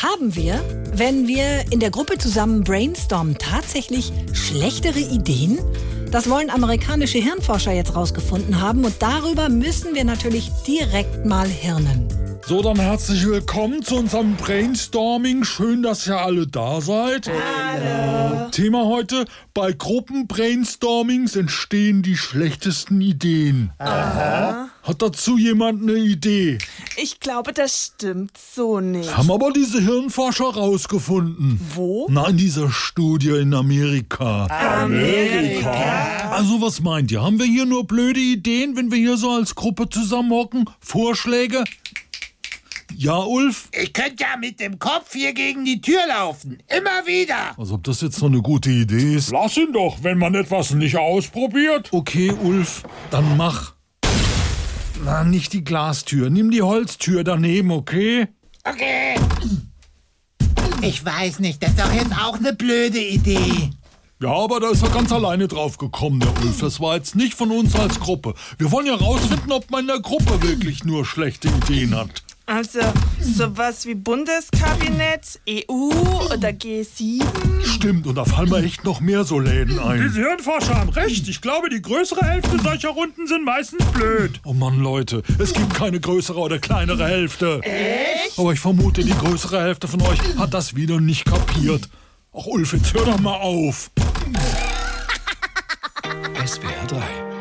haben wir, wenn wir in der Gruppe zusammen brainstormen, tatsächlich schlechtere Ideen? Das wollen amerikanische Hirnforscher jetzt rausgefunden haben und darüber müssen wir natürlich direkt mal hirnen. So, dann herzlich willkommen zu unserem Brainstorming. Schön, dass ihr alle da seid. Hallo. Thema heute: Bei Gruppenbrainstormings entstehen die schlechtesten Ideen. Hat dazu jemand eine Idee? Ich glaube, das stimmt so nicht. Haben aber diese Hirnforscher rausgefunden. Wo? Na, in dieser Studie in Amerika. Amerika. Also, was meint ihr? Haben wir hier nur blöde Ideen, wenn wir hier so als Gruppe zusammenhocken? Vorschläge? Ja, Ulf? Ich könnte ja mit dem Kopf hier gegen die Tür laufen. Immer wieder. Als ob das jetzt so eine gute Idee ist. Lass ihn doch, wenn man etwas nicht ausprobiert. Okay, Ulf, dann mach. Na, nicht die Glastür. Nimm die Holztür daneben, okay? Okay. Ich weiß nicht, das ist doch jetzt auch eine blöde Idee. Ja, aber da ist er ganz alleine drauf gekommen, der Ulf. Das war jetzt nicht von uns als Gruppe. Wir wollen ja rausfinden, ob man in der Gruppe wirklich nur schlechte Ideen hat. Also sowas wie Bundeskabinett, EU oder G7. Stimmt, und da fallen mir echt noch mehr so Läden ein. Diese Hirnforscher haben recht. Ich glaube, die größere Hälfte solcher Runden sind meistens blöd. Oh Mann, Leute, es gibt keine größere oder kleinere Hälfte. Echt? Aber ich vermute, die größere Hälfte von euch hat das wieder nicht kapiert. Ach, Ulf, jetzt hör doch mal auf. SWR 3